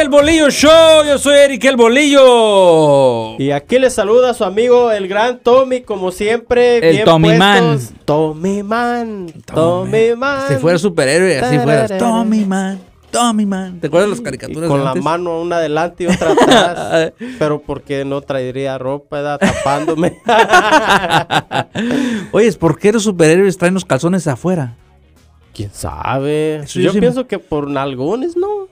el Bolillo Show. Yo soy Eric el Bolillo. Y aquí le saluda a su amigo el gran Tommy, como siempre. El Tommy Man. puestos. Tommy Man. Tommy Man. Si fuera superhéroe, así fueras. Tararara. Tommy Man, Tommy Man. ¿Te acuerdas de las Y caricaturas? con de la antes? mano una adelante y otra atrás. pero porque no traería ropa, ¿verdad? tapándome. Oye, ¿por qué los superhéroes traen los calzones afuera? ¿Quién sabe? Eso yo yo siempre- pienso que por nalgones, ¿no?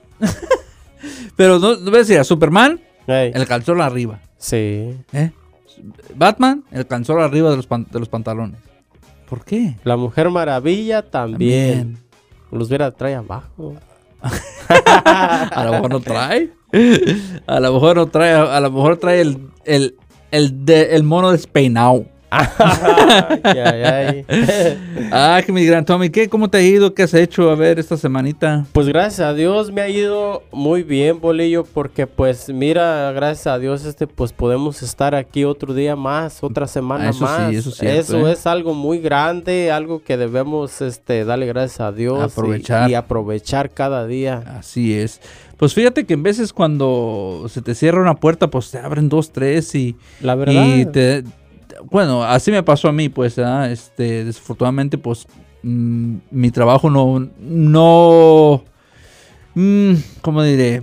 Pero no, no ves, mira, Superman, Ey, el calzón arriba. Sí. ¿eh? Batman, el calzón arriba de los, pan- de los pantalones. ¿Por qué? La Mujer Maravilla también. Los hubiera trae abajo. A lo mejor no trae. A lo mejor no trae. A lo mejor trae el, el, el, de- el mono despeinado. Ay, ay, ay. Ah, que mi gran Tommy, ¿qué? ¿Cómo te ha ido? ¿Qué has hecho? A ver, esta semanita. Pues gracias a Dios me ha ido muy bien, Bolillo, porque pues mira, gracias a Dios este pues podemos estar aquí otro día más, otra semana Ah, eso sí, más. eso es cierto, Eso ¿eh? es algo muy grande, algo que debemos este darle gracias a Dios y- Aprovechar. y aprovechar cada día. Así es. Pues fíjate que en veces cuando se te cierra una puerta, pues te abren dos, tres y, La verdad. y te... Bueno, así me pasó a mí, pues, ah, este, desafortunadamente, pues, mm, mi trabajo no, no, mm, ¿cómo diré?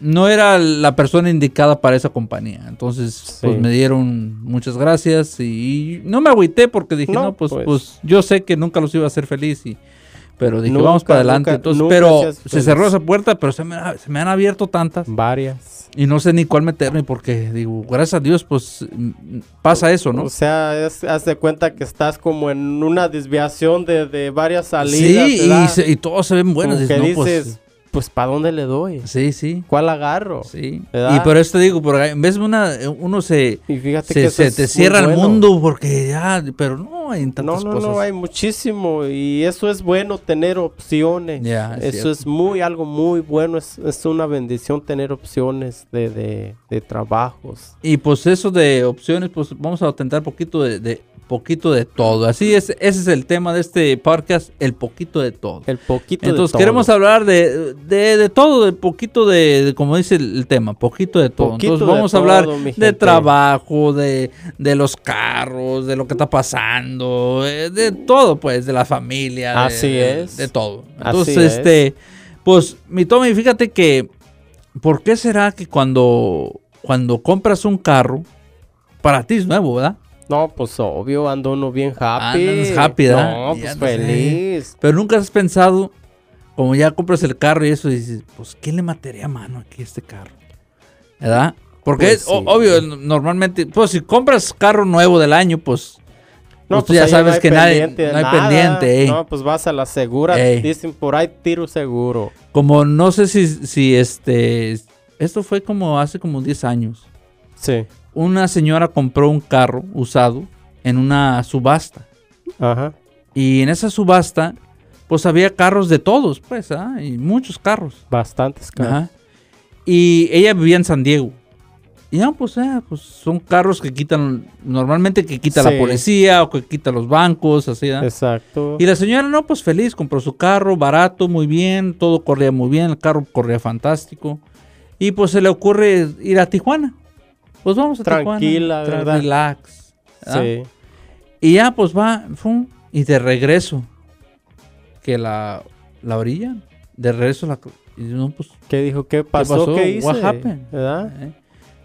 No era la persona indicada para esa compañía. Entonces, pues, Sí. me dieron muchas gracias y no me agüité porque dije, no, No, pues, pues, pues. yo sé que nunca los iba a hacer feliz y... Pero dije, Nunca, vamos para adelante. nunca, Entonces, nunca pero seas se feliz. cerró esa puerta, pero se me, ha- se me han abierto tantas. Varias. Y no sé ni cuál meterme porque digo, gracias a Dios, pues mm, pasa eso, ¿no? O sea, es, haz de cuenta que estás como en una desviación de, de varias salidas. Sí, y, ¿verdad? se- y todos se ven Como buenos. que Dices, no, pues, dices, pues, ¿para dónde le doy? sí, sí, ¿Cuál agarro? sí. ¿Verdad? Y por eso te digo, porque en vez de una, eh, uno se, Y fíjate que se, eso se es te muy cierra el bueno. mundo porque ya, pero no hay No, tantas no, cosas. no, hay muchísimo y eso es bueno tener opciones. Ya, es eso es muy algo muy bueno, es, es una bendición tener opciones de, de, de trabajos. Y pues eso de opciones, pues vamos a tentar poquito de, de- poquito de todo. Así es, ese es el tema de este podcast, el poquito de todo. El poquito de Entonces todo. queremos hablar de, de, de todo, de poquito de, de- como dice el, el tema, poquito de todo. Poquito Entonces de vamos a todo, hablar mi de gente. trabajo, de, de los carros, de lo que está pasando, eh, de todo, pues, de la familia. de- Así de- es. De, todo. Así Entonces, es. este, pues, mi Tommy, fíjate que, ¿por qué será que cuando, cuando compras un carro, para ti es nuevo, ¿verdad? No, pues obvio, ando uno bien happy. Ah, Andas happy, ¿verdad? No, Ya pues no sé. feliz. Pero nunca has pensado, como ya compras el carro y eso, y dices, pues, ¿qué le mataría a mano aquí a este carro? ¿Verdad? Porque Pues es o- sí. obvio, n- normalmente, pues si compras carro nuevo del año, pues, No, pues, tú ya ahí sabes hay que nadie- pendiente de no hay nada. pendiente, ey. No, pues vas a la segura, Ey. dicen por ahí tiro seguro. como no sé si, si este, esto fue como hace como 10 años. Sí. Una señora compró un carro usado en una subasta. Ajá. Y en esa subasta, pues había carros de todos, pues, ¿ah? y muchos carros. Bastantes caros. Ajá. Y ella vivía en San Diego. Y ya, pues, ah, pues, son carros que quitan, normalmente que quita la Sí. policía o que quita los bancos, así. ¿ah? Exacto. Y la señora, no, pues feliz, compró su carro, barato, muy bien, todo corría muy bien, el carro corría fantástico. Y pues se le ocurre ir a Tijuana. Pues vamos a Tijuana. Tranquila, tra- ¿verdad? Relax. ¿ah? Sí. Y ya, pues va, fum, y de regreso. Que la, la orilla, de regreso la... Y no, pues ¿Qué dijo? ¿Qué pasó? ¿Qué, pasó? hice? What happened? ¿Verdad? ¿Eh?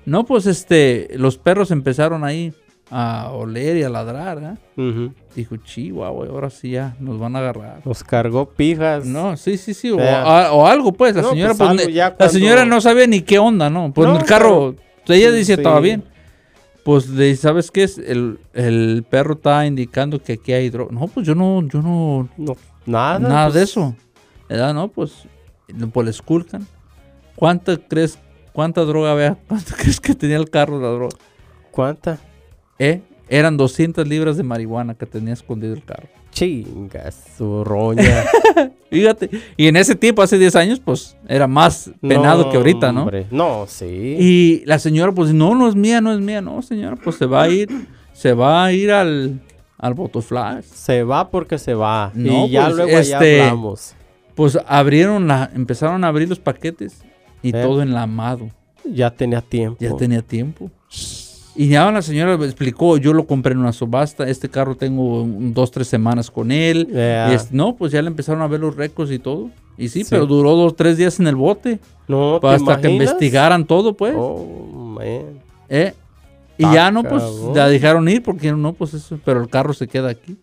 No, pues este, los perros empezaron ahí a oler y a ladrar. ¿eh? Ujú. Dijo, chihuahua, ahora sí ya nos van a agarrar. Nos cargó pijas. No, sí, sí, sí, o, Vea. a- o algo, pues. La, No, señora, pues, pues, algo ne- ya la cuando- señora no sabía ni qué onda, ¿no? Pues No, el carro, ella sí, dice, estaba sí. bien. Pues le dice, ¿sabes qué? Es? El, el perro está indicando que aquí hay droga. No, pues yo no, yo no, No, Nada. nada de pues, eso. ¿Verdad? No, pues, lo- pues le esculcan. ¿Cuánta crees, cuánta droga había? ¿Cuánto crees que tenía el carro la droga? ¿Cuánta? ¿Eh? Eran 200 libras de marihuana que tenía escondido el carro. Chinga su roña. Fíjate, y en ese tiempo, hace 10 años, pues era más penado No, que ahorita, ¿no? hombre. No, sí. Y la señora, pues, no, no es mía, no es mía, no, señora, pues se va a ir, se va a ir al, al Botoflash. Se va porque se va. No, y ya pues, luego allá este- hablamos. Pues abrieron la, empezaron a abrir los paquetes Y Eh. todo enlamado. Ya tenía tiempo. Ya tenía tiempo. Y ya la señora me explicó, yo lo compré en una subasta, este carro tengo un- dos, tres semanas con él. Ya. Y es- no, pues ya le empezaron a ver los récords y todo. Y sí, Sí. pero duró dos, tres días en el bote. No, ¿te Pues, hasta que imaginas? investigaran todo, pues. Oh, man. Eh, Y Ah, ya no, pues cabrón. la dejaron ir porque no, pues eso, pero el carro se queda aquí.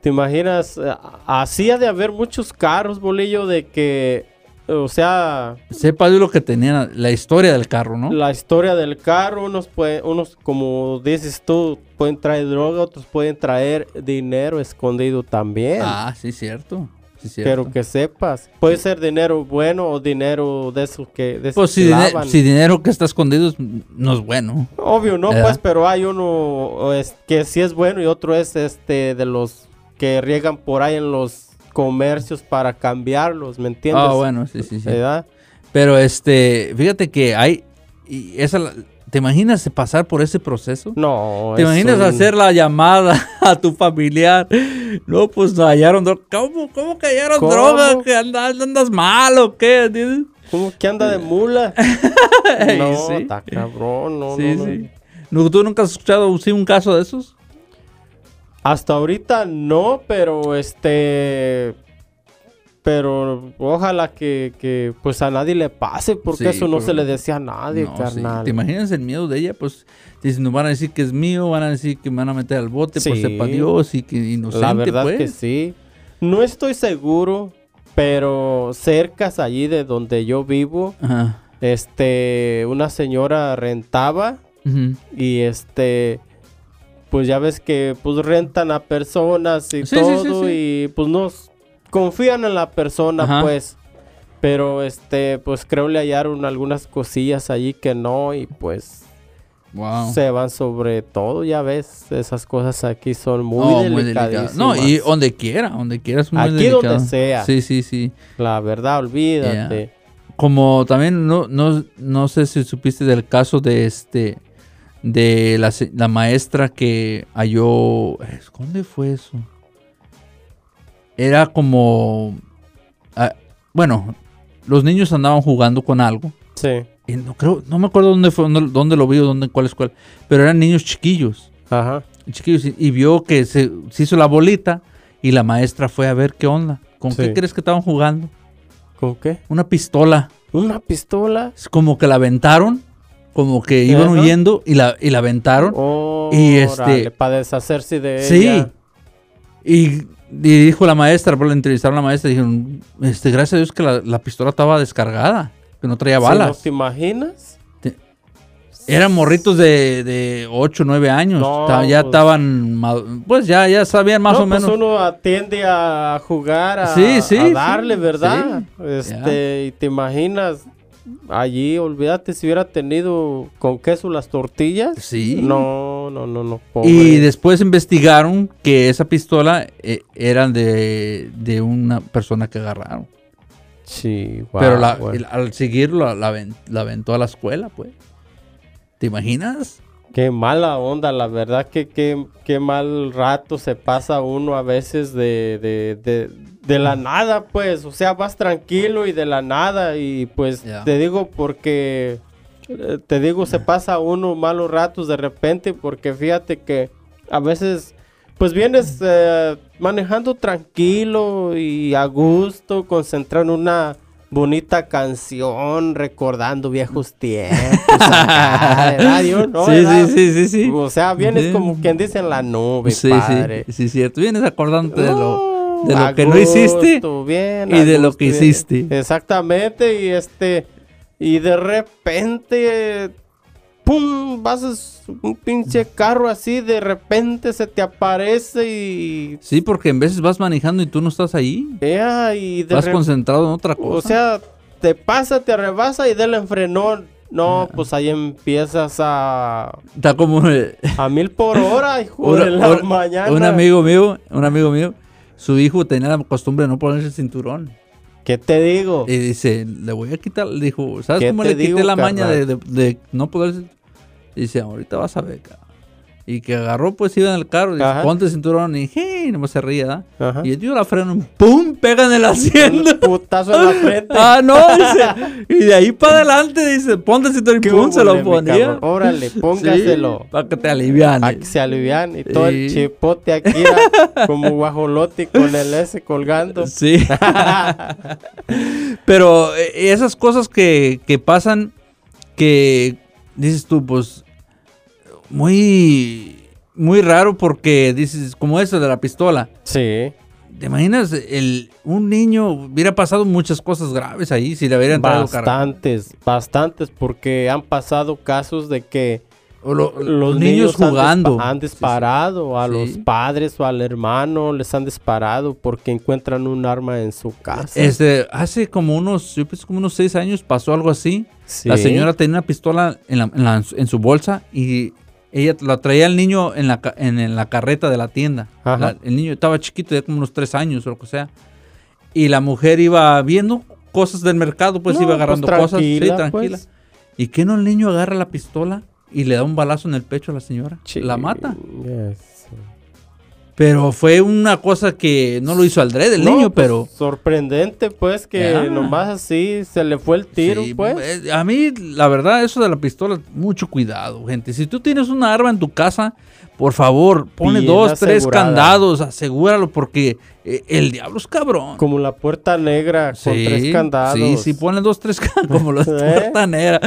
¿Te imaginas? Eh, Así ha de haber muchos carros, bolillo, de que, o sea, Sepa de lo que tenían, la historia del carro, ¿no? la historia del carro, unos, puede, unos, como dices tú, pueden traer droga, otros pueden traer dinero escondido también. Ah, sí, cierto. Sí, cierto. Quiero que sepas. Puede ser dinero bueno o dinero de esos que... De esos Pues si, que dine- lavan. si dinero que está escondido es- no es bueno. Obvio, no, ¿Verdad? pues, pero hay uno es, que sí es bueno y otro es este de los que riegan por ahí en los comercios para cambiarlos, ¿me entiendes? Eh, Ah, bueno, sí, sí, sí. ¿Verdad? Pero este, fíjate que hay, y esa, la- ¿te imaginas pasar por ese proceso? No. ¿Te es imaginas un- hacer la llamada a tu familiar? No, pues hallaron droga. ¿Cómo, cómo que hallaron ¿Cómo? droga? ¿Que andas, andas mal o qué? ¿Entiendes? ¿Cómo que anda de mula? no, sí. está cabrón, no, sí, no, no. sí. No, ¿Tú nunca has escuchado sí, un caso de esos? Hasta ahorita no, pero este. Pero ojalá que, que, pues a nadie le pase, porque Sí, eso no pero- se le decía a nadie, No, sí. carnal. ¿Te imaginas el miedo de ella? Pues dicen, nos van a decir que es mío, van a decir que me van a meter al bote por Sí. sepa Dios y que inocente, La verdad pues. que sí. No estoy seguro, pero cercas allí de donde yo vivo, Ajá. este, una señora rentaba Ujú. y este, pues ya ves que pues rentan a personas y Sí, sí, sí, todo sí. y pues nos confían en la persona, Ajá. pues. Pero este, pues creo le hallaron algunas cosillas allí que no y pues Wow. se van sobre todo, ya ves, esas cosas aquí son muy, Oh, muy delicado. delicadísimas. No, y donde quiera, donde quiera es muy Aquí delicado. donde sea. Sí, sí, sí. La verdad, olvídate. Como también, no, no, no sé si supiste del caso de este, de la, se- la maestra que halló, eh, ¿dónde fue eso? Era como, ah, bueno, los niños andaban jugando con algo. Sí. Y no creo, no me acuerdo dónde fue, dónde, dónde lo vi o dónde, en cuál escuela, pero eran niños chiquillos. Ajá. chiquillos y, y vio que se, se hizo la bolita y la maestra fue a ver qué onda. ¿Con Sí. qué crees que estaban jugando? ¿Con qué? Una pistola. ¿Una pistola? Es como que la aventaron, como que iban Ajá. huyendo y la, y la aventaron. y Y, este. este- para deshacerse de sí. ella. Y, y dijo la maestra, pues, la entrevistaron a la maestra y dijeron, este, gracias a Dios que la, la pistola estaba descargada, que no traía Sí, ¿No balas. te imaginas? Eran morritos de, de 8, 9 años. No, Ta- ya pues. estaban, ma- pues ya, ya sabían más No, o pues menos. uno atiende a jugar, a, Sí, sí, a darle, sí, ¿verdad? sí. Este, y te imaginas allí, olvídate si hubiera tenido con queso las tortillas. Sí. No, no, no, no. Pobre. Y después investigaron que esa pistola eh, era de, de una persona que agarraron. Sí, Pero la- guau, el- al seguirlo la, la aven- la aventó a la escuela, pues. ¿Te imaginas? Qué mala onda, la verdad que qué, qué mal rato se pasa uno a veces de, de, de, de la nada, pues, o sea, vas tranquilo y de la nada y pues Ya. te digo porque, eh, te digo, se pasa uno malos ratos de repente porque fíjate que a veces pues vienes eh, manejando tranquilo y a gusto, concentrado en una bonita canción, recordando viejos tiempos. Pues acá, ¿verdad? Yo no, sí, ¿verdad? sí, sí, sí, sí. O sea, vienes Sí. como quien dice en la nube, Sí, padre. sí, sí, cierto. Vienes acordándote de lo... No, de lo Uh, a que no hiciste gusto, bien, y a de lo gusto, que bien. hiciste. Exactamente, y este, y de repente, pum, vas a s- un pinche carro así, de repente se te aparece y, Sí, porque en veces vas manejando y tú no estás ahí. ya, y de Vas re- concentrado en otra cosa. o sea, te pasa, te rebasa y del enfrenón. No, Ah. pues ahí empiezas a, Está como... eh, a mil por hora, hijo de un- la un- mañana. Un amigo mío, un amigo mío, su hijo tenía la costumbre de no ponerse el cinturón. ¿Qué te digo? Y dice, le voy a quitar, le dijo, ¿sabes ¿Qué cómo te le quité digo, la maña de, carnal? de- de no poder? Dice, ahorita vas a ver, cabrón". Y que agarró, pues iba en el carro, y dice, Ajá. ponte el cinturón y hey, nomás se ría, ¿da? Ajá. Y el tío la frena, ¡pum! pega en el asiento. Un putazo en la frente. ah, no, dice. Y de ahí para adelante dice, ponte el cinturón y Qué pum, se lo hule, mi ponía. cabrón. Órale, póngaselo. para que te alivian. A que se alivian y todo el Sí. chipote aquí era como guajolote con el S colgando. Sí. Pero eh, esas cosas que, que pasan, que dices tú, pues, muy, muy raro porque dices, como eso de la pistola. Sí. ¿Te imaginas? El, un niño hubiera pasado muchas cosas graves ahí si le hubieran traído carga- Bastantes, bastantes, porque han pasado casos de que o lo- los niños, han dispa- Han, disparado a Sí. los padres o al hermano, les han disparado porque encuentran un arma en su casa. Este, hace como unos, yo pienso como unos seis años pasó algo así. Sí. La señora tenía una pistola en, la- en la- en su bolsa y ella la traía al niño en la, ca- en, en la carreta de la tienda. Ajá. La- el niño estaba chiquito, ya como unos tres años o lo que sea. Y la mujer iba viendo cosas del mercado, pues No, iba agarrando cosas. Sí, tranquila, tranquila. pues. ¿Y qué no el niño agarra la pistola y le da un balazo en el pecho a la señora? La mata. pues. Yes. Pero fue una cosa que no lo hizo al el No, niño, pues, pero... Sorprendente, pues, que Ah. nomás así se le fue el tiro, Sí, pues. eh, A mí, la verdad, eso de la pistola, mucho cuidado, gente. Si tú tienes una arma en tu casa, por favor, pone Bien dos, tres asegurada. candados, asegúralo, porque eh, el diablo es cabrón. Como la puerta negra con Sí, tres candados. Sí, sí, pone dos, tres candados, como los ¿Eh? tartaneras.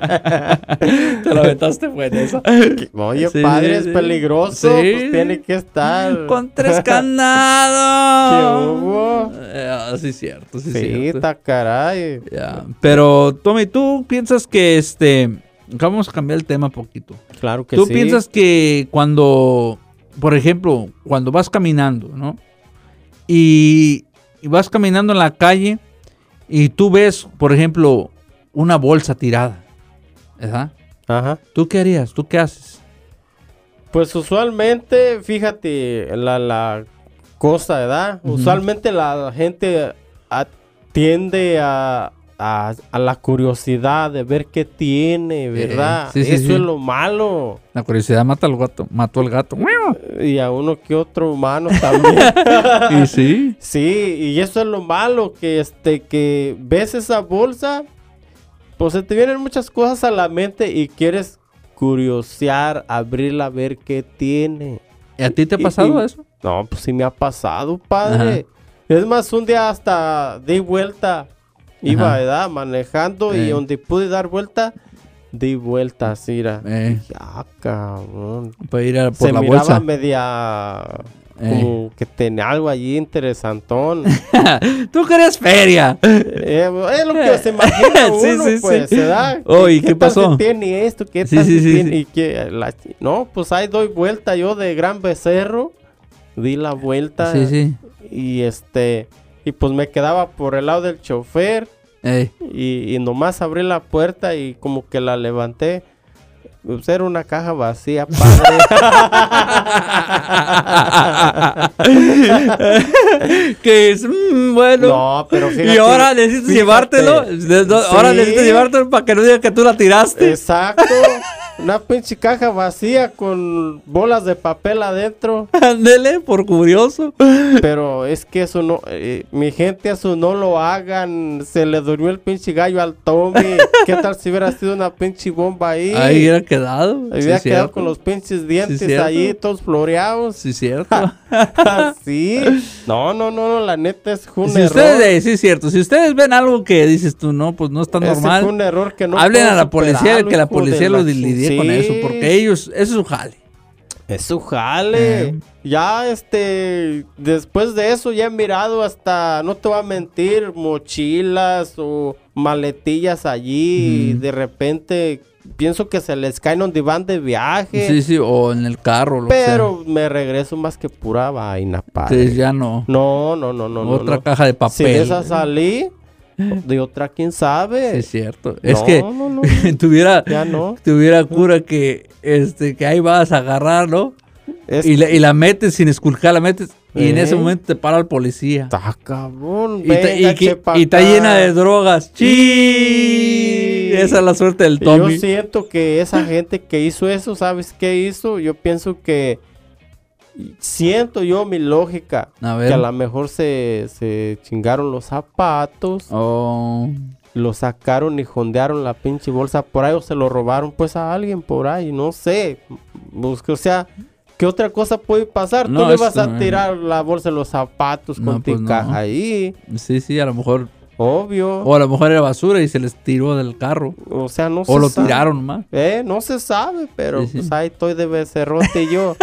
Te la aventaste buena esa. Oye, Sí, padre, es sí. peligroso. Sí. Pues tiene que estar. Con tres ¿Qué candados. hubo? Eh, sí, cierto, sí, Sí, cierto. está caray. Ya, Pero, Tommy, ¿tú piensas que este... Vamos a cambiar el tema poquito. Claro que ¿Tú sí. piensas que cuando, por ejemplo, cuando vas caminando, ¿no? Y, y vas caminando en la calle y tú ves, por ejemplo, una bolsa tirada, ¿verdad? Ajá. ¿Tú qué harías? ¿Tú qué haces? Pues usualmente, fíjate, la, la cosa, ¿verdad? Ujú. Usualmente la gente a- tiende a, a- a la curiosidad de ver qué tiene, ¿verdad? sí, sí, Eso sí. es lo malo. La curiosidad mata al gato, mató al gato. Y a uno que otro humano también. y sí. Sí, y eso es lo malo, que este, que ves esa bolsa, pues se te vienen muchas cosas a la mente y quieres curiosear, abrirla, ver qué tiene. ¿Y ¿A ti te ha Y- pasado y- eso? No, pues sí me ha pasado, padre. Es más, un día hasta di vuelta, iba, Ajá. ¿verdad? Manejando y Ey. donde pude dar vuelta, di vuelta, así era. Eh, Ya, cabrón. para ir a por se la miraba bolsa. media... Eh. Como que tenía algo allí interesantón. Tú querías feria. Eh, es lo que se imagina uno, Sí, sí, pues, sí. ¿verdad? Oh, ¿y qué tal si pasó? tiene esto? ¿Qué Sí, tal sí, si sí, tiene? sí. Y que la- no, pues ahí doy vuelta yo de gran becerro. Di la vuelta Sí, sí. y este... Y pues me quedaba por el lado del chofer Eh, y, y nomás abrí la puerta y como que la levanté. Pues era una caja vacía, padre. que es mm, bueno. no, pero fíjate. Y ahora necesitas fíjate. llevártelo. de- no, Ahora Sí. necesitas llevártelo para que no digas que tú la tiraste. Exacto. Una pinche caja vacía con bolas de papel adentro. Ándele, por curioso. Pero es que eso no. eh, mi gente, eso no lo hagan. Se le durmió el pinche gallo al Tommy. ¿Qué tal si hubiera sido una pinche bomba ahí? Ahí hubiera quedado. Había sí, quedado cierto. con los pinches dientes cierto. ahí, todos floreados. Sí, cierto. Sí. No, no, no, no, la neta es un si error. ustedes, eh, sí, cierto. Si ustedes ven algo que dices tú, no, pues no está Ese normal. fue un error que no hablen puedo a la policía, superarlo, que la hijo de policía la lo chi- lidie con eso. Sí. Porque ellos, eso es su jale. Es su jale. Eh. Ya, este, después de eso ya he mirado hasta, no te voy a mentir, mochilas o maletillas allí. y Ujú. de repente pienso que se les caen un diván de viaje. Sí, sí, o en el carro. Lo que sea. pero me regreso más que pura vaina, padre. Entonces ya no. No, no, no, no. no, Otra no. caja de Si papel. de esa salí, de otra quién Sí, sabe. es cierto. es No, que no, no, tuviera, Ya no. tuviera cura que, este, que ahí vas a agarrar, ¿no? Es- Y la, y la metes sin esculcar, la metes. Y en ese Ey. momento te para el policía. Está Ah, cabrón. Y, te- y venga, que- chepa y está acá. llena de drogas. Sí. Sí, esa es la suerte del Yo Tommy. siento que esa gente que hizo eso, ¿sabes qué hizo? Yo pienso que. Siento yo mi lógica. A ver. Que a lo mejor se, se chingaron los zapatos, Oh. lo sacaron y jondearon la pinche bolsa por ahí o se lo robaron pues a alguien por ahí, no sé. Busque, o sea, ¿qué otra cosa puede pasar? No, Tú le eso vas a no es- eh, tirar la bolsa de los zapatos No, con pues tu no. caja ahí, Sí, sí, a lo mejor. obvio. O a lo mejor era basura y se les tiró del carro. O sea, no O se lo sabe. tiraron más. Eh, no se sabe, pero Sí, sí. pues ahí estoy de becerrote y yo.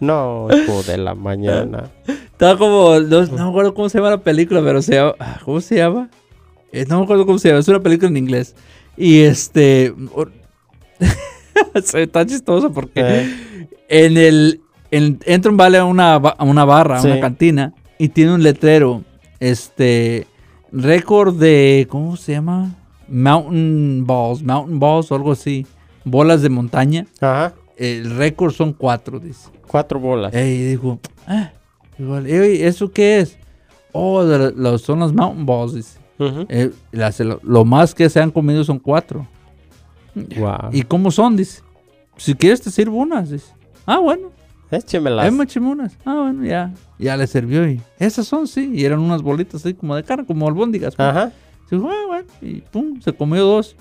No, hijo de la mañana. Estaba como. No, no me acuerdo cómo se llama la película, pero se llama. ah, ¿Cómo se llama? Eh, no me acuerdo cómo se llama. Es una película en inglés. Y este. o- se- Está chistoso porque. Eh, en el en, entra un vale a una, ba- a una barra, a Sí. una cantina, y tiene un letrero, este, récord de, ¿cómo se llama? Mountain Balls, Mountain Balls o algo así, bolas de montaña, ajá, el récord son cuatro, dice. cuatro bolas. Ey, Y dijo, ah, igual, "Ey, ¿eso qué es? Oh, de la- los- son las Mountain Balls, dice. Ujú. Eh, las- lo- lo más que se han comido son cuatro. Guau. eh, ¿Y cómo son? Dice, si quieres te sirvo unas, dice. Ah, bueno. Échemelas. Hay machimunas. Ah, bueno, ya. Ya le sirvió y esas son, sí. Y eran unas bolitas así como de carne, como albóndigas. pues. Ajá. Dijo, ah, bueno. Y pum, se comió dos.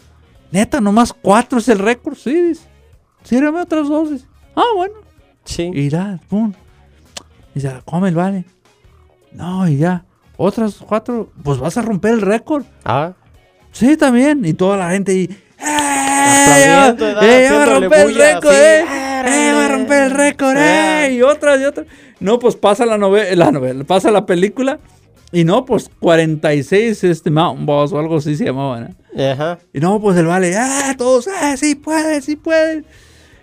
Neta, nomás cuatro es el récord, sí. Dice. Sírveme otras dos. dice. Ah, bueno. Sí. Y ya, pum. Y se la come el vale. No, y ya. Otras cuatro, pues vas a romper el récord. Ah. Sí, también. Y toda la gente ahí. ¡Eh! Aplaudiendo, ¿verdad? ¡Eh! ¡Va a Haciéndole romper el bulla, récord! así. ¡Eh! ¡Eh! ¡Va a romper el récord! Ah. ¡Eh! Y otras, y otras. No, pues pasa la novela, la novela, pasa la película. Y no, pues 46 este, Mountain Boss o algo así se llamaba, ¿no? Ajá. Y no, pues el vale, ¡ah! Todos, ¡ah! ¡Sí pueden, sí pueden!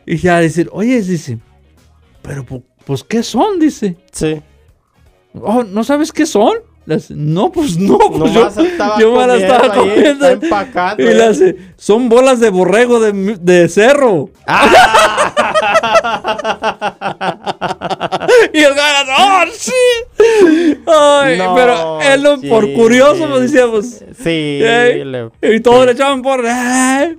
Y ya decir, oye, dice, pero pu- pues ¿qué son? Dice, Sí. oh, ¿no sabes qué son? Las- no, pues no, pues Nomás estaba yo me la comiendo estaba ahí, comiendo. está empacando, Y eh. le hace, son bolas de borrego de, mi- de cerro. Ah. y el ganas, ¡oh, sí! Ay, No, pero él no- por sí. curioso pues, nos decíamos. Sí. "Ey", le- ¿Eh? Y todos le echaban por. "Ay",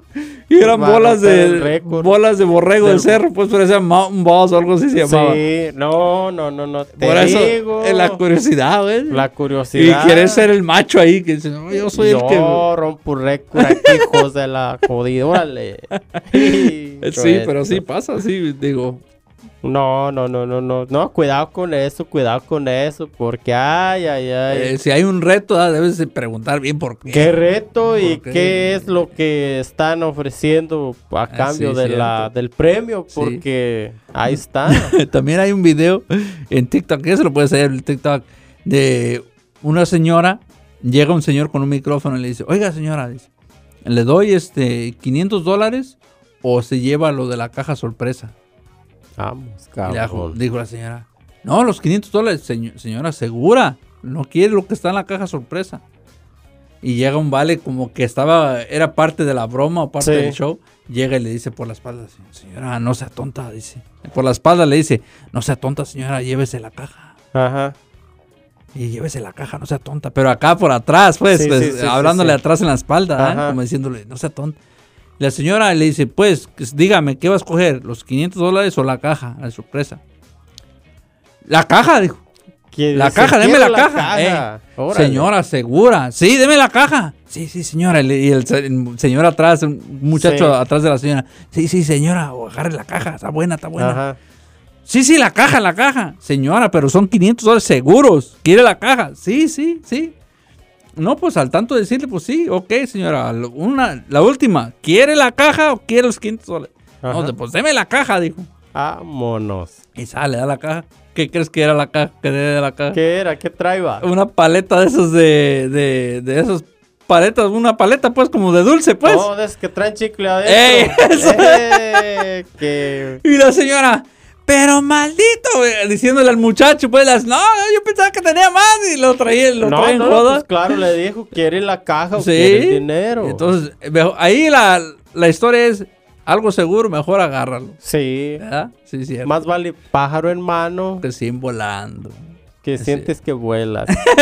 Y eran Va a bolas romper el de récord. bolas de borrego de Del- cerro, pues parecían mountain balls o algo así se llamaba. Sí. No, no, no, no. Te Por eso, digo. eh, la curiosidad, güey. La Y curiosidad. quieres ser el macho ahí, que dice, no, yo soy yo el que. Eh, rompo récord aquí, hijos de la jodida. Órale. sí, Sí, pero sí pasa, sí, digo. No, no, no, no, no. No, cuidado con eso, cuidado con eso. Porque, ay, ay, ay. Eh, si hay un reto, ah, debes de preguntar bien por qué. ¿Qué reto y Porque- qué es lo que están ofreciendo a cambio sí, de la, cierto. del premio? Sí. Porque ahí está. También hay un video en TikTok, que se lo puede hacer el TikTok, de una señora, llega un señor con un micrófono y le dice, oiga señora, dice, le doy este 500 dólares o se lleva lo de la caja sorpresa. Vamos, Y le dijo, cabrón. dijo la señora, no, los 500 dólares, seño- señora, segura, no quiere lo que está en la caja sorpresa. Y llega un vale como que estaba, era parte de la broma o parte Sí. del show, llega y le dice por la espalda, señora, no sea tonta, dice. Por la espalda le dice, no sea tonta, señora, llévese la caja. Ajá. Y llévese la caja, no sea tonta. Pero acá por atrás, pues, Sí, pues, sí, sí, sí, hablándole sí. atrás en la espalda, ¿eh? Ajá. como diciéndole, no sea tonta. La señora le dice, pues, que- dígame, ¿qué vas a coger? ¿Los 500 dólares o la caja? La sorpresa. La caja, dijo. ¿Quién La dice, caja, deme "Quiero la caja, Órale. Señora, segura. Sí, deme la caja. Sí, sí, señora. Y le- Y el, se- el señor atrás, un muchacho Sí. atrás de la señora. Sí, sí, señora, o agarre la caja. Está buena, está buena. Ajá. Sí, sí, la caja, la caja. Señora, pero son 500 dólares seguros. ¿Quiere la caja? Sí, sí, sí. No, pues al tanto decirle, pues sí, ok, señora. lo- Una, la última, ¿quiere la caja o quiere los 500 dólares? Ajá. No, de- pues deme la caja, dijo. Vámonos. Y sale, da la caja. ¿Qué crees que era la caja? ¿Qué era la caja? ¿Qué era? ¿Qué traía? Una paleta de esas de, de, de esas paletas, una paleta pues como de dulce, pues. No, es que traen chicle adentro. Ey, eso. Eh, que... Y la señora, pero maldito, güey, diciéndole al muchacho, pues las, no, no, yo pensaba que tenía más y lo traía, lo No, traía en no, joda. pues claro, le dijo, ¿quiere la caja o Sí. quiere el dinero? Entonces, mejor- ahí la, la historia es algo seguro, mejor agárralo. Sí, ¿Verdad? Sí, cierto. más vale pájaro en mano que 100 volando. que Que sientes que vuelas.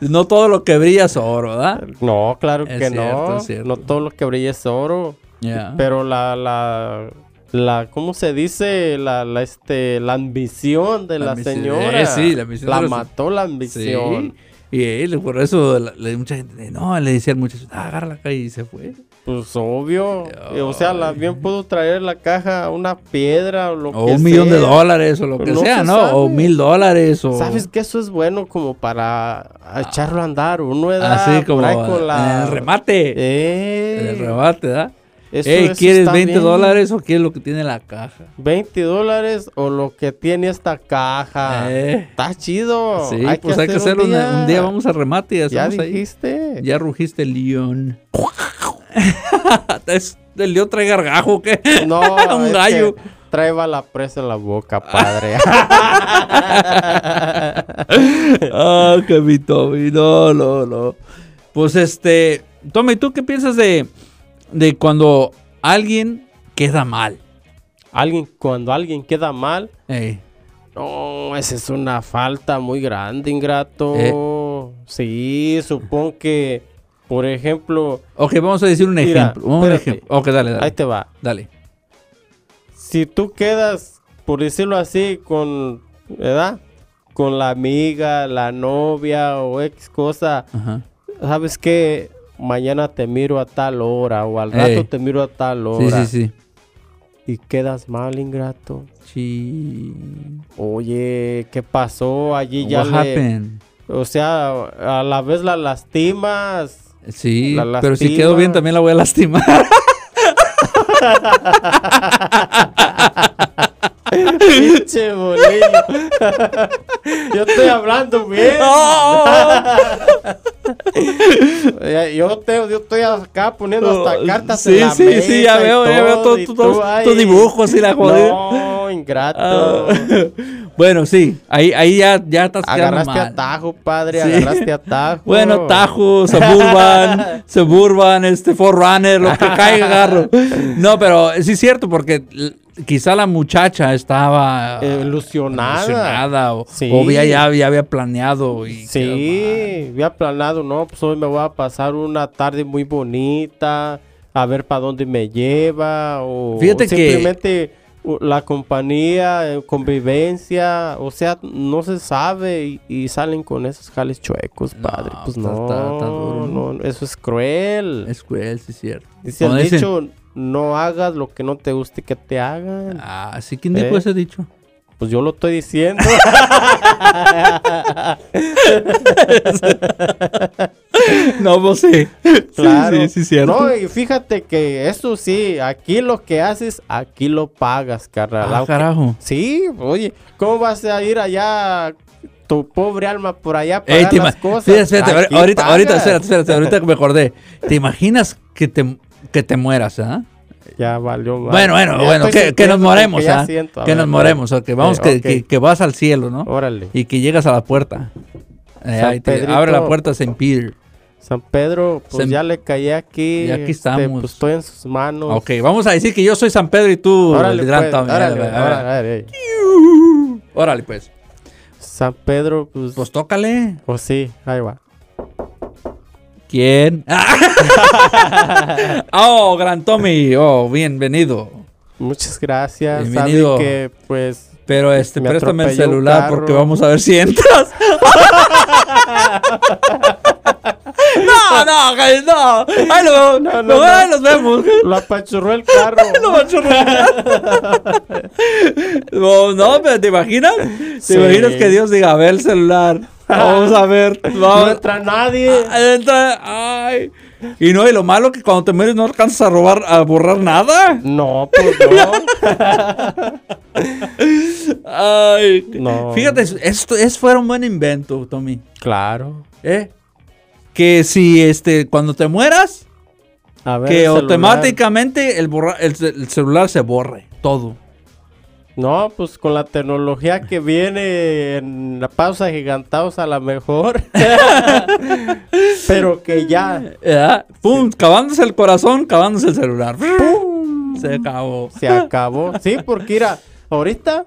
No todo lo que brilla es oro, ¿verdad? No, claro Es que cierto, no. es cierto. No todo lo que brilla es oro. Ya. Pero la, la, la, ¿cómo se dice? La, la, este, la ambición de La la, ambición. señora. Eh, sí, la ambición de los- mató la Sí. ambición. Y él, por eso, la- le- mucha gente, no, le decía al muchacho, ah, agárrala acá y se fue. Pues obvio. Y, O sea, la, bien pudo traer la caja una piedra o lo O que un millón de sea. dólares, o lo que No sea, se ¿no? O sabe. mil dólares, o... ¿Sabes que Eso es bueno como para echarlo a andar. Uno edad Así Ah, como con la... el remate. Eh, El remate, ¿verdad? eso- Ey, eso ¿quieres está 20 bien. dólares o quieres lo que tiene la caja? 20 dólares o lo que tiene esta caja. Eh, Está chido. sí, pues hay que hacerlo un día. un día vamos a remate y Ya hacemos ahí. dijiste. Ya rugiste el león. Es- ¿El león trae gargajo o qué? No, Un es gallo. que Trae la presa en la boca, padre. Ah, que mi Tommy, no, no, no. Pues este, Tommy, ¿tú qué piensas de, de cuando alguien queda mal? Eh, alguien, cuando alguien queda mal, Ey, no, esa es una falta muy grande, ingrato. Eh. Sí, supongo que, por ejemplo, Ok, vamos a decir un Mira, ejemplo. Un espérate. ejemplo. Ok, dale, ahí dale. te va. Dale. Si tú quedas, por decirlo así, con, ¿verdad? Con la amiga, la novia o ex cosa, Ajá. ¿sabes qué? Mañana te miro a tal hora o al rato Ey. te miro a tal Sí, hora. sí, sí. y quedas mal, ingrato. Sí. Oye, ¿qué pasó? Allí ya What le, happened? O sea, a la vez la lastimas. Sí, La pero si quedo bien lastima. también la voy a lastimar. Pinche bolillo. Yo estoy hablando bien. Oh, Eh, Yo, te, yo estoy acá poniendo hasta cartas Oh, sí, en la sí, sí, ya mesa y veo, ya veo todo, todos y tus tú ahí. dibujos y la jodida. No, ingrato. Ah, bueno, sí, ahí, ahí ya, ya estás quedando agarraste mal. atajo, padre, Sí. agarraste atajo. Bueno, Tajo, Suburban, Suburban, este Forerunner, lo que caiga, agarro. No, pero sí es cierto, porque l- quizá la muchacha estaba Eh, ilusionada. ilusionada, o, Sí. o ya, ya, ya había planeado. Y quedó mal. Sí, había planeado, no, pues hoy me voy a pasar una tarde muy bonita, a ver para dónde me lleva, o Fíjate que- simplemente u- la compañía, eh, convivencia, o sea, no se sabe y, y salen con esos jales chuecos, No, padre, pues está- no, está- está duro, ¿no? no, eso es cruel. Es cruel, sí es cierto. Dice Como el dicen, dicho, no hagas lo que no te guste que te hagan, Ah, sí, ¿quién dijo Eh. ese dicho? pues yo lo estoy diciendo. No, pues sí. Sí, Claro. Sí, sí, es cierto. No, y fíjate que eso sí, aquí lo que haces, aquí lo pagas, carnal. Ah, Aunque- carajo. Sí, oye, ¿cómo vas a ir allá, tu pobre alma, por allá a Ey, pagar te ima- las cosas? Sí, espérate, Aquí ahorita, ahorita, pagas. espérate, espérate, ahorita que me acordé. ¿Te imaginas que te, que te mueras, ah? Ya valió madre. Bueno, bueno, Ya bueno, estoy que, que sintiendo nos como moremos, que ya ¿ah? siento, a que ver, nos a ver. moremos, ok, vamos, Eh, que, ok. que- que vas al cielo, ¿no? Órale. Y que llegas a la puerta. Eh, San ahí te Pedrito. abre la puerta Saint Peter. San Pedro, pues Sem- ya le caí aquí. Ya aquí este, estamos. pues estoy en sus manos. Ok, vamos a decir que yo soy San Pedro y tú Órale, el gran pues, Tommy. órale, Órale, órale, órale, órale. Órale, pues. San Pedro, pues, Pues tócale. pues sí, ahí va. ¿Quién? Ah. oh, gran Tommy. Oh, bienvenido. Muchas gracias. Bienvenido. Sabe que, pues, Pero este, Me préstame el atropelló un celular carro. porque vamos a ver si entras. no, no, Jaime, no. Ahí lo- No, no, lo- no. ahí los vemos. Lo apachurró el carro. No, macho, No, Oh, no, pero ¿te imaginas? ¿Te Sí. imaginas que Dios diga, a ver el celular? Vamos a ver. No Vamos. entra nadie. Entra. Ay. Y no, y lo malo que cuando te mueres no alcanzas a robar, a borrar nada. No, pues no. Ay. No. Fíjate, esto, es fuera un buen invento, Tommy. Claro. ¿eh? Que si este, cuando te mueras, A ver, que el celular. automáticamente el, borra- el, ce- el celular se borre. Todo. No, pues con la tecnología que viene en la pausa gigantados a la mejor. Pero que ya ¿verdad? ¡Pum! Cavándose el corazón, cavándose el celular. ¡Pum! Se acabó. se acabó. Sí, porque mira, ahorita,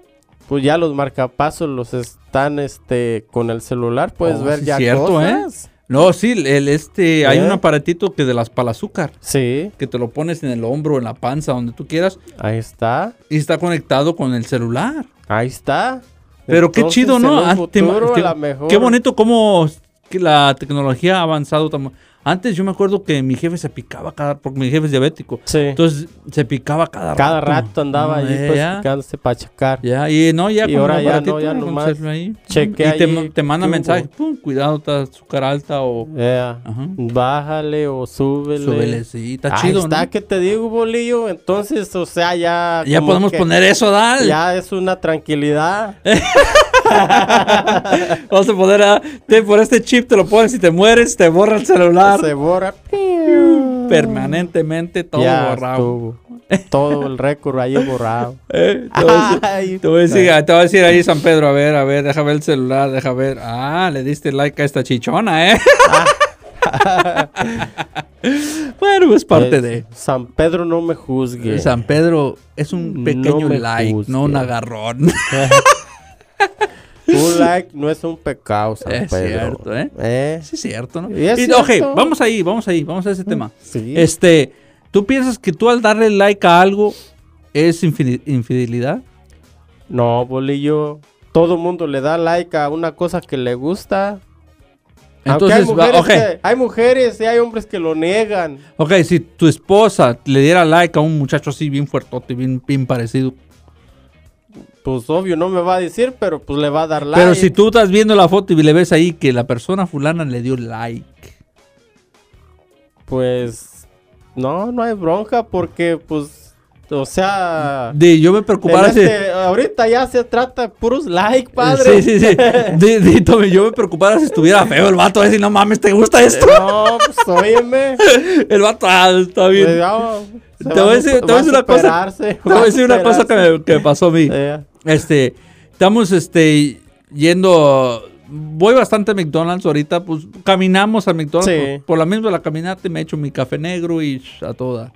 pues ya los marcapasos los están este con el celular, puedes Oh, ver sí, ya cierto, cosas. No, sí, el este, hay ¿Eh? un aparatito que de las palazúcar, Sí, que te lo pones en el hombro, en la panza, donde tú quieras, ahí está. y está conectado con el celular. Ahí está. Pero qué Entonces, chido, ¿no? en un Ah, te- futuro, te- a la mejor. Qué bonito cómo que la tecnología ha avanzado. tan- Antes yo me acuerdo que mi jefe se picaba cada... Porque mi jefe es diabético. Sí. Entonces se picaba cada, Cada rato andaba No, allí eh, pues ya, picándose para checar. ya, y no, ya Y con ahora el ya no, aparatito, ya con el nomás celu ahí. chequea Y te, ahí ma- te manda qué hubo. mensaje, pum, cuidado, está azúcar alta o... Ya. Ajá. Bájale o súbele. Súbele, sí, está Ahí chido, está ¿no? que te digo, bolillo. Entonces, o sea, ya. Ya como podemos que poner Eh, eso, dale. Ya es una tranquilidad. Vamos a poner a- te- por este chip, te lo pones y te mueres, te borra el celular. Se borra. Permanentemente todo Ya borrado. estuvo. Todo el récord ahí borrado. Eh, te voy a decir- Ay. Eh, Te voy, a decir, te voy a decir ahí, San Pedro, a ver, a ver, deja ver el celular, deja ver. Ah, le diste like a esta chichona, ¿eh? Ah. bueno, es parte Eh, San Pedro no me juzgue. de... San Pedro es un No pequeño me like, juzgue. no un agarrón. Un like no es un pecado, San Es Pedro. cierto, ¿eh? ¿Eh? sí, es cierto, ¿no? Y es Y- ok, cierto. Mm. vamos ahí, vamos ahí, vamos a ese tema. Sí. Este, ¿tú piensas que tú al darle like a algo es infini- infidelidad? No, bolillo. Todo mundo le da like a una cosa que le gusta. Aunque hay Entonces, va- mujeres, ok. que- hay mujeres y hay hombres que lo niegan. Ok, si tu esposa le diera like a un muchacho así bien fuertote, bien, bien parecido. Pues obvio, no me va a decir, pero pues le va a dar like. Pero si tú estás viendo la foto y le ves ahí que la persona fulana le dio like. Pues no, no hay bronca porque pues, o sea... De yo me en preocupara si... este- ahorita ya se trata de puros like, padre. Eh, Sí, sí, sí. De, de- Tommy, yo me preocupara si estuviera feo el vato. A decir, no mames, ¿te gusta esto? No, pues óyeme. El vato, ah, está bien. Pues, ya, se Te voy a va decir- te voy a va decir una cosa- superarse, Te va voy a a decir una cosa que superarse. me, que me pasó a mí. Eh, Este, estamos, este, yendo... Voy bastante a McDonald's ahorita, pues caminamos a McDonald's. Sí. Por, por la misma la caminata me echo mi café negro y sh, a toda.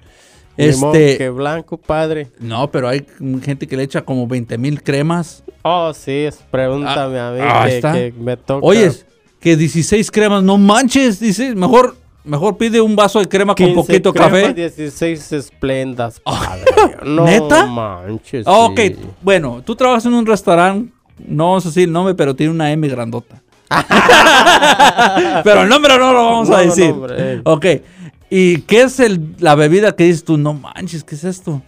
ni modo Este, que blanco, padre. no, pero hay gente que le echa como 20 mil cremas. Oh, sí, es- pregúntame a mí ah, que, está. que me toca. Oyes, que 16 cremas, no manches, dices, mejor, mejor pide un vaso de crema con 15 poquito cremas, café. Ah, 16 esplendas, padre. No ¿Neta? manches. Ah, ok, sí. bueno, tú trabajas en un restaurante, no vamos a decir el nombre, pero tiene una M grandota. pero el nombre no lo vamos No, a no, decir. hombre, eh. ok, ¿y qué es el, la bebida que dices tú? No manches, ¿qué es esto?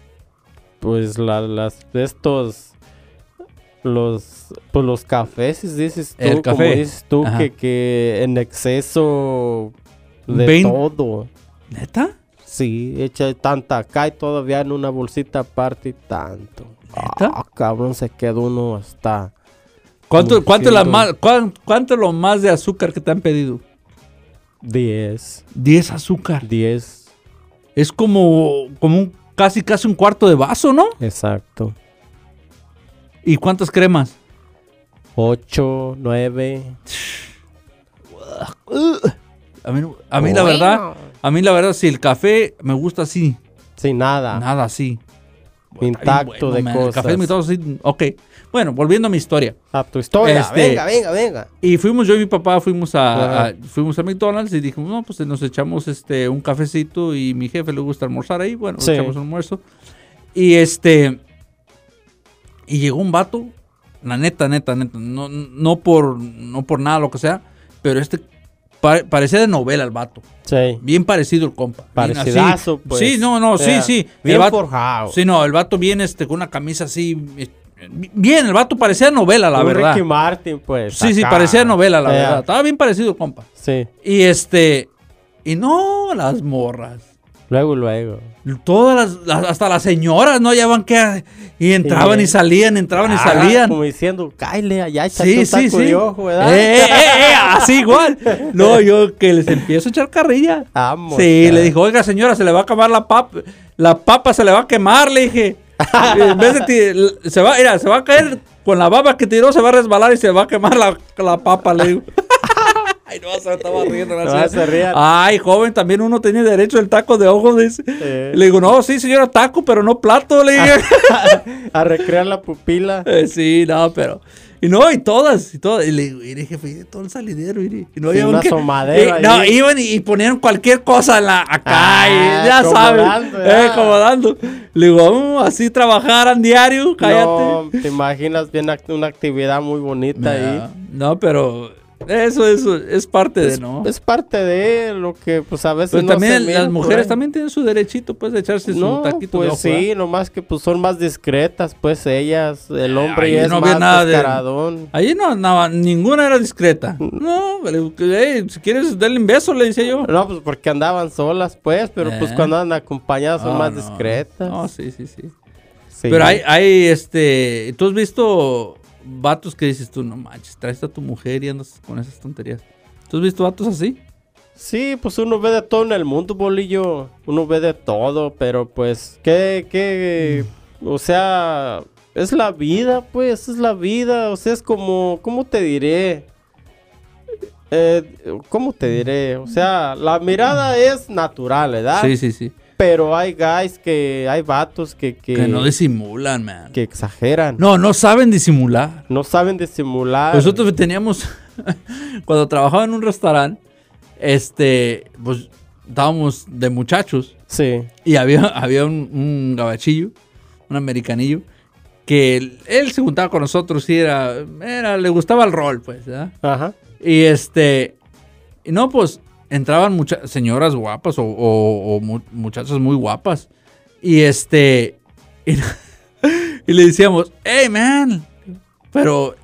Pues la- las estos los pues los cafés dices tú, El como café. dices tú Ajá. que, que en exceso de Vein- todo. ¿Neta? Sí, echa tanta acá y todavía en una bolsita aparte y tanto. ¿Neta? Ah, cabrón, se quedó uno hasta ¿Cuánto, Uy, cuánto, es la siento- más, cuán- ¿Cuánto es lo más de azúcar que te han pedido? 10, 10 azúcar. 10, Es como, como un, casi, casi un cuarto de vaso, ¿no? exacto. ¿Y cuántas cremas? 8, 9. A mí, no- a mí la verdad, a mí la verdad, si el café me gusta así, Sin nada. nada así. Está bien Ah. Intacto de man, El cosas. café es mitad así, ok. Bueno, volviendo a mi historia. A tu historia. Este- Venga, venga, venga. Y fuimos yo y mi papá, fuimos a, Ajá. a- fuimos a McDonald's y dijimos, no, pues nos echamos este un cafecito y mi jefe le gusta almorzar ahí, bueno, nos Sí. echamos un almuerzo. Y este y llegó un vato, la neta, neta, neta, no, no por no por nada lo que sea, pero este pa- parecía de novela el vato, Sí. bien parecido el compa. bien así. Parecidazo, pues. Sí, no, no, O sea, sí, sí. el Bien vato- forjado. Sí, no, el vato viene este con una camisa así eh, bien, el vato parecía novela, la Un verdad. Ricky Martin, pues. Sí, sí, acá. parecía novela, la Eh, verdad. Estaba bien parecido, compa. Sí. Y este. Y no, las morras. Luego, luego. Todas las, las- Hasta las señoras, ¿no? Ya van que. Y entraban Sí. y salían, entraban y Ah, salían. Como diciendo, cállate allá, échate Sí, un sí, taco sí. de ojo, ¿verdad? Eh, eh, eh, eh, así igual. No, yo que les empiezo a echar carrilla. Vamos, sí, ya. le dijo, oiga señora, se le va a acabar la papa. La papa se le va a quemar, le dije. En vez de ti- se va, mira, se va a caer con la baba que tiró, se va a resbalar y se va a quemar la, la papa, le digo. Ay, no, se estaba riendo. No, gracias. se rían. Ay, joven, también uno tiene derecho al taco de ojo. dice. Eh. Le digo, no, sí, señora, taco, pero no plato. Le dije. A recrear la pupila. Eh, sí, no, pero. Y no, y todas, y todas. Y le digo, mire, jefe, mire, todo el salidero, mire. Y no Sí, iban una que- asomadera eh, no, ahí. iban y, y ponían cualquier cosa en la, acá, Ah, y ya sabes. acomodando, Eh, ya. acomodando. Le digo, "Mm, así trabajaran diario, cállate. No, te imaginas bien act- una actividad muy bonita ahí. Ya, No, pero eso, eso es parte de, Es, ¿no? es parte de lo que pues a veces Pero no se también mira las por mujeres ahí. también tienen su derechito, pues, de echarse No, su taquito pues de ojo. ¿eh? sí, ¿verdad? nomás que pues son más discretas, pues ellas, el hombre Ay, es no ve más nada de- descaradón. Allí no, no, ninguna era discreta. Mm. No, le digo, "Ey, si quieres, dale un beso, le decía yo. No, pues porque andaban solas, pues, pero pues Eh. cuando andan acompañadas son Ah, más no. discretas. No, sí, sí, sí. Sí. Pero hay, hay, este, tú has visto vatos que dices tú, no manches, traes a tu mujer y andas con esas tonterías. ¿Tú has visto vatos así? Sí, pues uno ve de todo en el mundo, bolillo. Uno ve de todo, pero pues, ¿qué, qué? O sea, es la vida, pues, es la vida. O sea, es como, ¿cómo te diré? Eh, ¿Cómo te diré? O sea, la mirada es natural, ¿verdad? Sí, sí, sí. Pero hay guys que, hay vatos que, que, Que no disimulan, man. que exageran. No, No. Pues no saben disimular. saben disimular. Nosotros teníamos, cuando trabajaba en un restaurante, este, pues estábamos de muchachos Sí. y había, había un, un gabachillo, un americanillo, que él, él se juntaba con nosotros y era, era, le gustaba el rol, pues, ¿verdad? Ajá. Y este, y no, pues entraban muchas señoras guapas o, o- o mu- muchachas muy guapas. Y este, y, y le decíamos, hey man, pero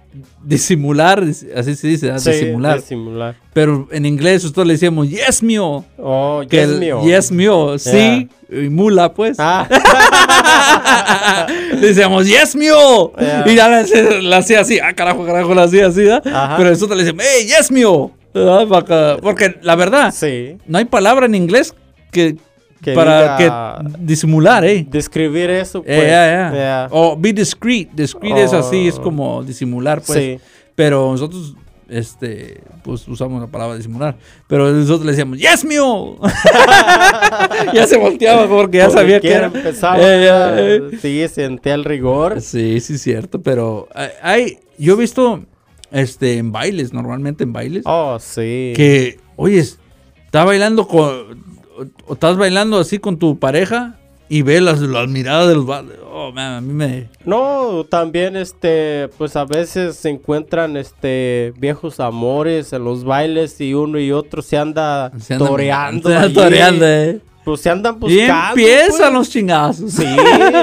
disimular, así se dice, ¿ah? Sí, disimular. disimular. Pero en inglés nosotros le decíamos, yes mío. Oh, Que yes, el mío. Yes mío, sí, y mula pues. Ah. Le decíamos, yes, mío. Ya. Y ya la, hacía- la hacía así, ah, carajo, carajo, la hacía así, ¿da? Ajá. Pero nosotros le decíamos, hey, yes, mío. ¿verdad? Pa' que- Porque la verdad, Sí. no hay palabra en inglés que, Que para diga- que disimular, ¿eh? Describir eso, Eh, pues. ya, ya. ya. O be discreet. Discreet es así, Oh. es como disimular, pues. Sí. Pero nosotros, este, pues usamos la palabra disimular. Pero nosotros le decíamos, ¡Yes, mío! ya se volteaba porque ya Porque sabía que era. quiera empezar, Eh, ya, eh, eh. Sí, sentía el rigor. Sí, sí, cierto. Pero hay- hay, yo he visto, este, en bailes, normalmente en bailes, Oh, sí. que, oye, está bailando con, o, o estás bailando así con tu pareja y ves las, las miradas de los ba- Oh, man, a mí me... No, también, este, pues a veces se encuentran, este, viejos amores en los bailes y uno y otro se anda, se anda- toreando. se anda ahí. toreando, eh. Pues se andan Y buscando. empiezan pues. los chingazos. Sí,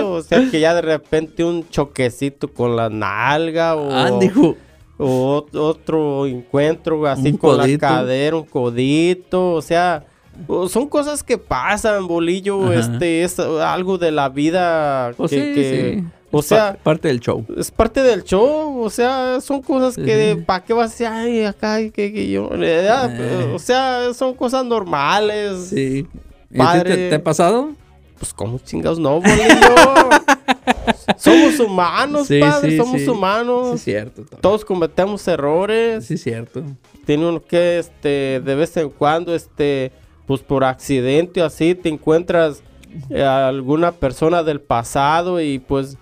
o sea que ya de repente un choquecito con la nalga o... Ah, dijo. O ot- otro encuentro así Un con codito. la cadera, un codito, o sea, o- son cosas que pasan, bolillo, Ajá. este es algo de la vida Pues que, sí, que- sí. o Es sea, pa- parte del show. es parte del show, o sea, son cosas que para qué vas a decir, ay, acá y que, que yo, eh, ah, Eh. o sea, son cosas normales. Sí. ¿Y a ti Padre. te, te ha pasado? Pues como chingados no, bolillo. somos humanos, Sí, padre, sí, somos sí. humanos. cierto. to- Todos cometemos errores. Sí, cierto. tiene uno que este de vez en cuando este pues por accidente o así te encuentras eh, a alguna persona del pasado y pues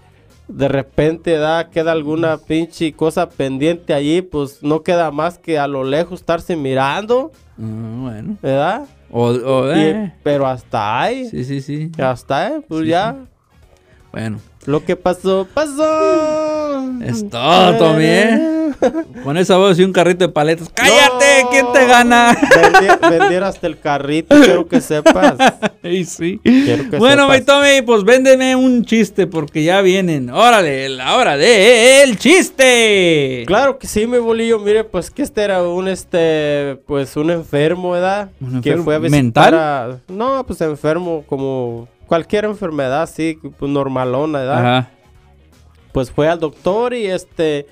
de repente da queda alguna pinche cosa pendiente allí pues no queda más que a lo lejos estarse mirando Ah, bueno. verdad O, o, Y- eh. pero hasta ahí Sí, sí, sí. hasta ahí pues Sí, ya Bueno. lo que pasó pasó Es todo, Tommy, ¿eh? Con esa voz y un carrito de paletas. ¡Cállate! ¿Quién te gana? Vendi- vendiera hasta el carrito quiero que sepas Y sí. quiero que Bueno, sepas. mi Tommy, pues véndeme un chiste porque ya vienen. Órale, la hora de el chiste. Claro que sí, mi bolillo. Mire, pues que este era un, este, pues un enfermo, ¿verdad? ¿Un que enfermo fue a visitar mental? a- No, pues enfermo como cualquier enfermedad, sí, pues normalona, ¿verdad? Ajá. Pues fue al doctor y este,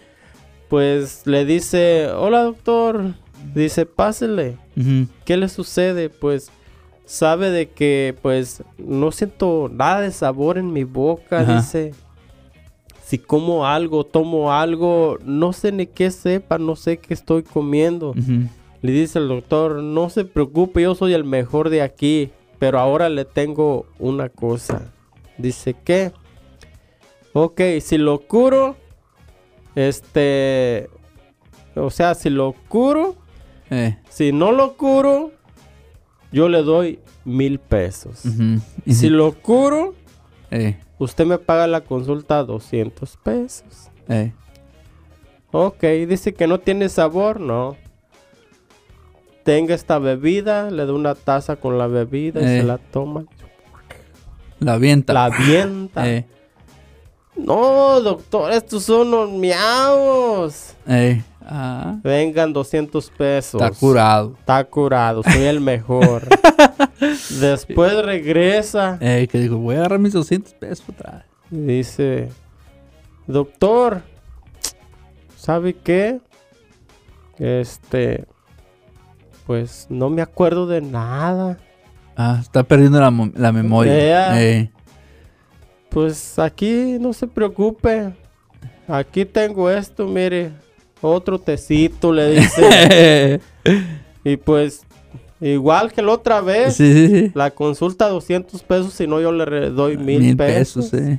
pues le dice, hola doctor, dice, pásele. Ujú. ¿Qué le sucede? Pues sabe de que pues no siento nada de sabor en mi boca, Ajá. dice. Si como algo, tomo algo, no sé ni qué sepa, no sé qué estoy comiendo. Ujú. Le dice el doctor, no se preocupe, yo soy el mejor de aquí, pero ahora le tengo una cosa. Dice que, ok, si lo curo, este, o sea, si lo curo, Eh, si no lo curo, yo le doy mil pesos. ujú, Y si ujú, lo curo, eh, usted me paga la consulta 200 pesos. eh. Ok, dice que no tiene sabor, no. Tenga esta bebida, le da una taza con la bebida y Eh. se la toma. La avienta. La avienta. Eh, No, doctor, estos son los miaos. eh, ah, Vengan 200 pesos. está curado. Está curado, soy el mejor. Después regresa Eh, que digo, voy a agarrar mis 200 pesos otra y dice, doctor, ¿sabe qué? Este, pues no me acuerdo de nada. vez. Ah, está perdiendo la, mo- la memoria. Ea. Eh, Pues aquí no se preocupe. Aquí tengo esto, mire. Otro tecito, le dice. y pues, igual que la otra sí, vez, sí, sí. la consulta 200 pesos, si no yo le re- doy Ah, mil, pesos. eh.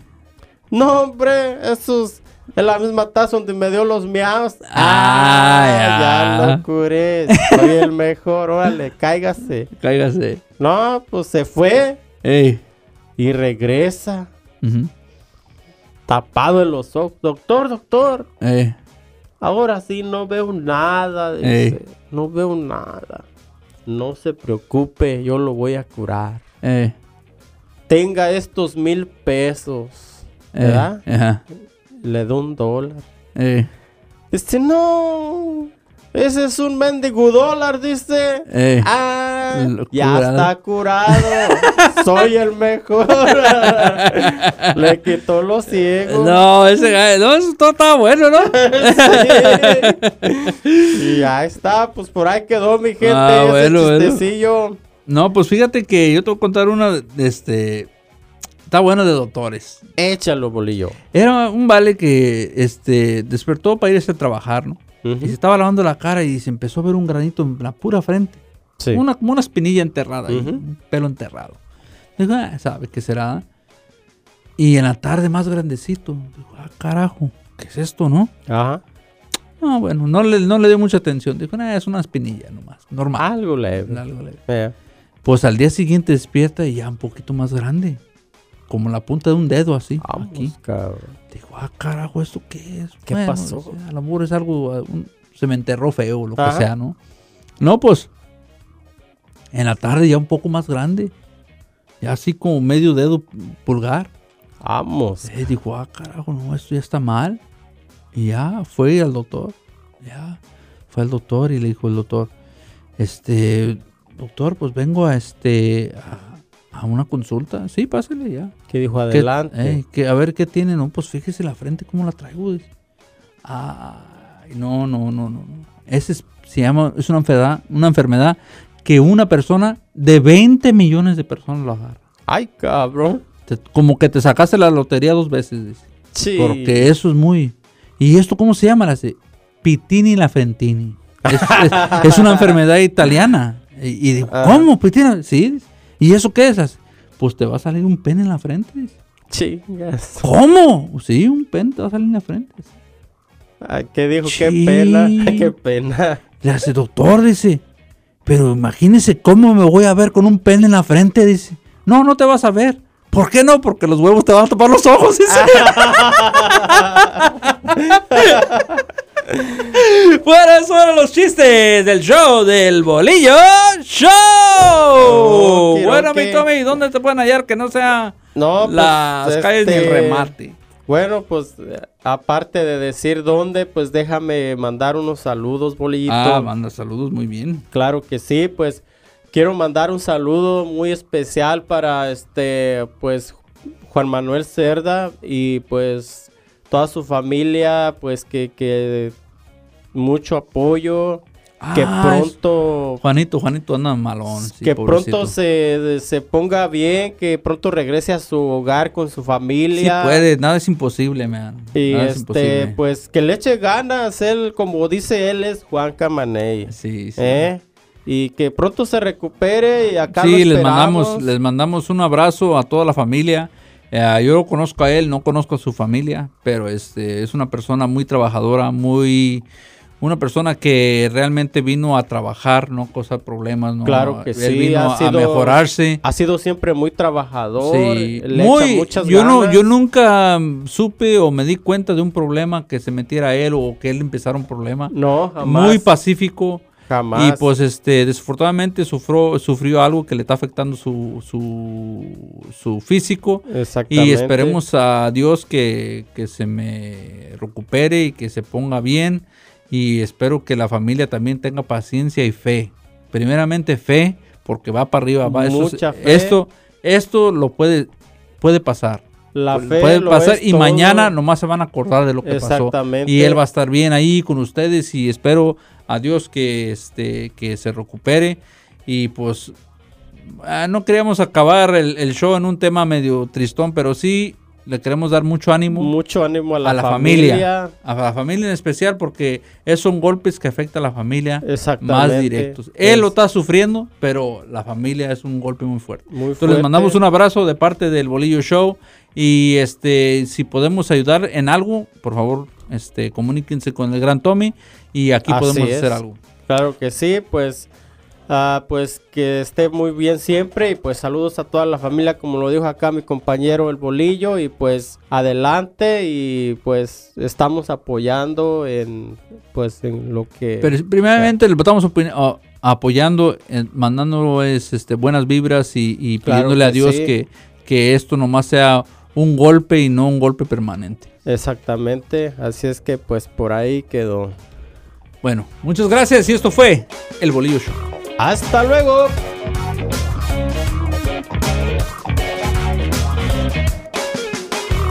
No, hombre, esos es la misma taza donde me dio los miaos. Ah, ya ya. lo curé. Soy el mejor, órale, cáigase. Cáigase. No, pues se fue Ey. y regresa. Ujú. Tapado en los ojos. Doctor, doctor. Eh, Ahora sí no veo nada, dice. Ey. No veo nada. No se preocupe, yo lo voy a curar. eh, Tenga estos mil pesos. eh, ¿Verdad? ajá, Le doy un dólar. eh, Dice, Este, no. Ese es un mendigo dólar, dice. eh. Ah, Lo ya curado. está curado. Soy el mejor. Le quitó los ciegos. No, ese gallo, no, eso todo estaba bueno, ¿no? Sí. Y ahí está, pues por ahí quedó mi gente. Ah, ese bueno, bueno. chistecillo. No, pues fíjate que yo te voy a contar una, de- de este, está bueno de doctores. Échalo, bolillo. Era un vale que, este, despertó para irse a trabajar, ¿no? Y se estaba lavando la cara y se empezó a ver un granito en la pura frente. Sí. Una, como una espinilla enterrada, ahí, Ujú. un pelo enterrado. Digo, ah, ¿sabe qué será? Y en la tarde más grandecito, digo, ah, carajo, ¿qué es esto, no? Ajá. No, bueno, no le, no le dio mucha atención. Dijo, nah, es una espinilla nomás, normal. Algo leve. Algo leve. Eh, Pues al día siguiente despierta y ya un poquito más grande. Como la punta de un dedo así. vamos, aquí. cabrón. Dijo, ah, carajo, ¿esto qué es? ¿Qué pasó? o sea, a lo mejor es algo, eh, un- se me enterró feo, lo Ajá. que sea, ¿no? No, pues, en la tarde ya un poco más grande. Ya así como medio dedo pulgar. Vamos. Eh, dijo, ah, carajo, no, esto ya está mal. Y ya, fue al doctor. Ya, fue al doctor y le dijo el doctor, este, doctor, pues vengo a este, a, a una consulta. Sí, pásale ya. ¿Qué dijo ¿Qué- adelante? eh, que, a ver qué tiene, no, pues fíjese la frente, cómo la traigo. dice. Ay, no, no, no, no. no. Ese es- se llama, es una enfermedad, una enfermedad que una persona de 20 millones de personas lo agarra. Ay, cabrón. Te- como que te sacaste la lotería dos veces, dice. Sí. Porque eso es muy. ¿Y esto cómo se llama? La se- Pitini la Frentini. Es, es- es una enfermedad italiana. Y, y digo, Ah. ¿cómo? Pitini? Sí. ¿Y eso qué es? Así, Pues te va a salir un pene en la frente. dice. Chingas. ¿Cómo? Sí, un pene te va a salir en la frente. dice. Ay, ¿Qué dijo? Qué Sí. pena. Qué pena. Le hace, doctor, dice. Pero imagínese cómo me voy a ver con un pene en la frente, dice. No, no te vas a ver. ¿Por qué no? Porque los huevos te van a tapar los ojos, dice. Bueno, esos fueron los chistes del show del Bolillo Show. Oh, quiero bueno, que- mi Tommy, ¿dónde te pueden hallar que no sea No, pues, las calles del este, remate? Bueno, pues eh, aparte de decir dónde, pues déjame mandar unos saludos, bolillito. Ah, manda saludos, muy bien. Claro que sí, pues quiero mandar un saludo muy especial para este, pues Juan Manuel Cerda y pues toda su familia, pues que, que mucho apoyo. que Ah, es- pronto Juanito, Juanito anda malón. sí, que pobrecito. pronto se, se ponga bien, que pronto regrese a su hogar con su Sí familia. puede, nada es imposible, man. Y nada es este, imposible. pues que le eche ganas, él, como dice él, es Juan Camaney. Sí, sí. ¿eh? Y que pronto se recupere y acá Sí, lo les esperamos. mandamos, les mandamos un abrazo a toda la familia. Eh, yo lo conozco a él, no conozco a su familia, pero este es una persona muy trabajadora, muy una persona que realmente vino a trabajar, no causar problemas, no. Claro que Él sí, vino ha sido- a mejorarse. Ha sido siempre muy trabajador, Sí, le echa muy, muchas yo ganas. no, yo nunca mm, supe o me di cuenta de un problema que se metiera él o que él empezara un problema. No, jamás. Muy pacífico. jamás. Y pues este, desafortunadamente sufrió, sufrió algo que le está afectando su, su, su físico. Exactamente. Y esperemos a Dios que, que se me recupere y que se ponga bien. Y espero que la familia también tenga paciencia y fe. Primeramente fe, porque va para arriba. Va. Eso es- Mucha fe. Esto, esto lo puede, puede pasar. La fe puede lo pasar es y todo. mañana nomás se van a acordar de lo que pasó. Exactamente. Y él va a estar bien ahí con ustedes y espero a Dios que, este, que se recupere. Y pues ah, no queríamos acabar el, el show en un tema medio tristón, pero sí le queremos dar mucho ánimo mucho ánimo a la, a la familia. familia. a la familia en especial porque esos son golpes que afectan a la familia Exactamente. más directos. Él lo Es está sufriendo, pero la familia es un golpe muy fuerte. muy Entonces les mandamos fuerte. un abrazo de parte del Bolillo Show y este si podemos ayudar en algo, por favor, este comuníquense con el gran Tommy y aquí Así podemos es. hacer algo. Claro que sí, pues, ah, pues que esté muy bien siempre y pues saludos a toda la familia, como lo dijo acá mi compañero el bolillo y pues adelante y pues estamos apoyando en pues en lo que Pero primeramente les estamos opini- o- apoyando, eh, mandándoles este, buenas vibras y, y Claro pidiéndole a que Dios sí. que, que esto nomás sea un golpe y no un golpe permanente. exactamente, así es que pues por ahí quedó. Bueno, muchas gracias y esto fue el Bolillo Show. Hasta luego.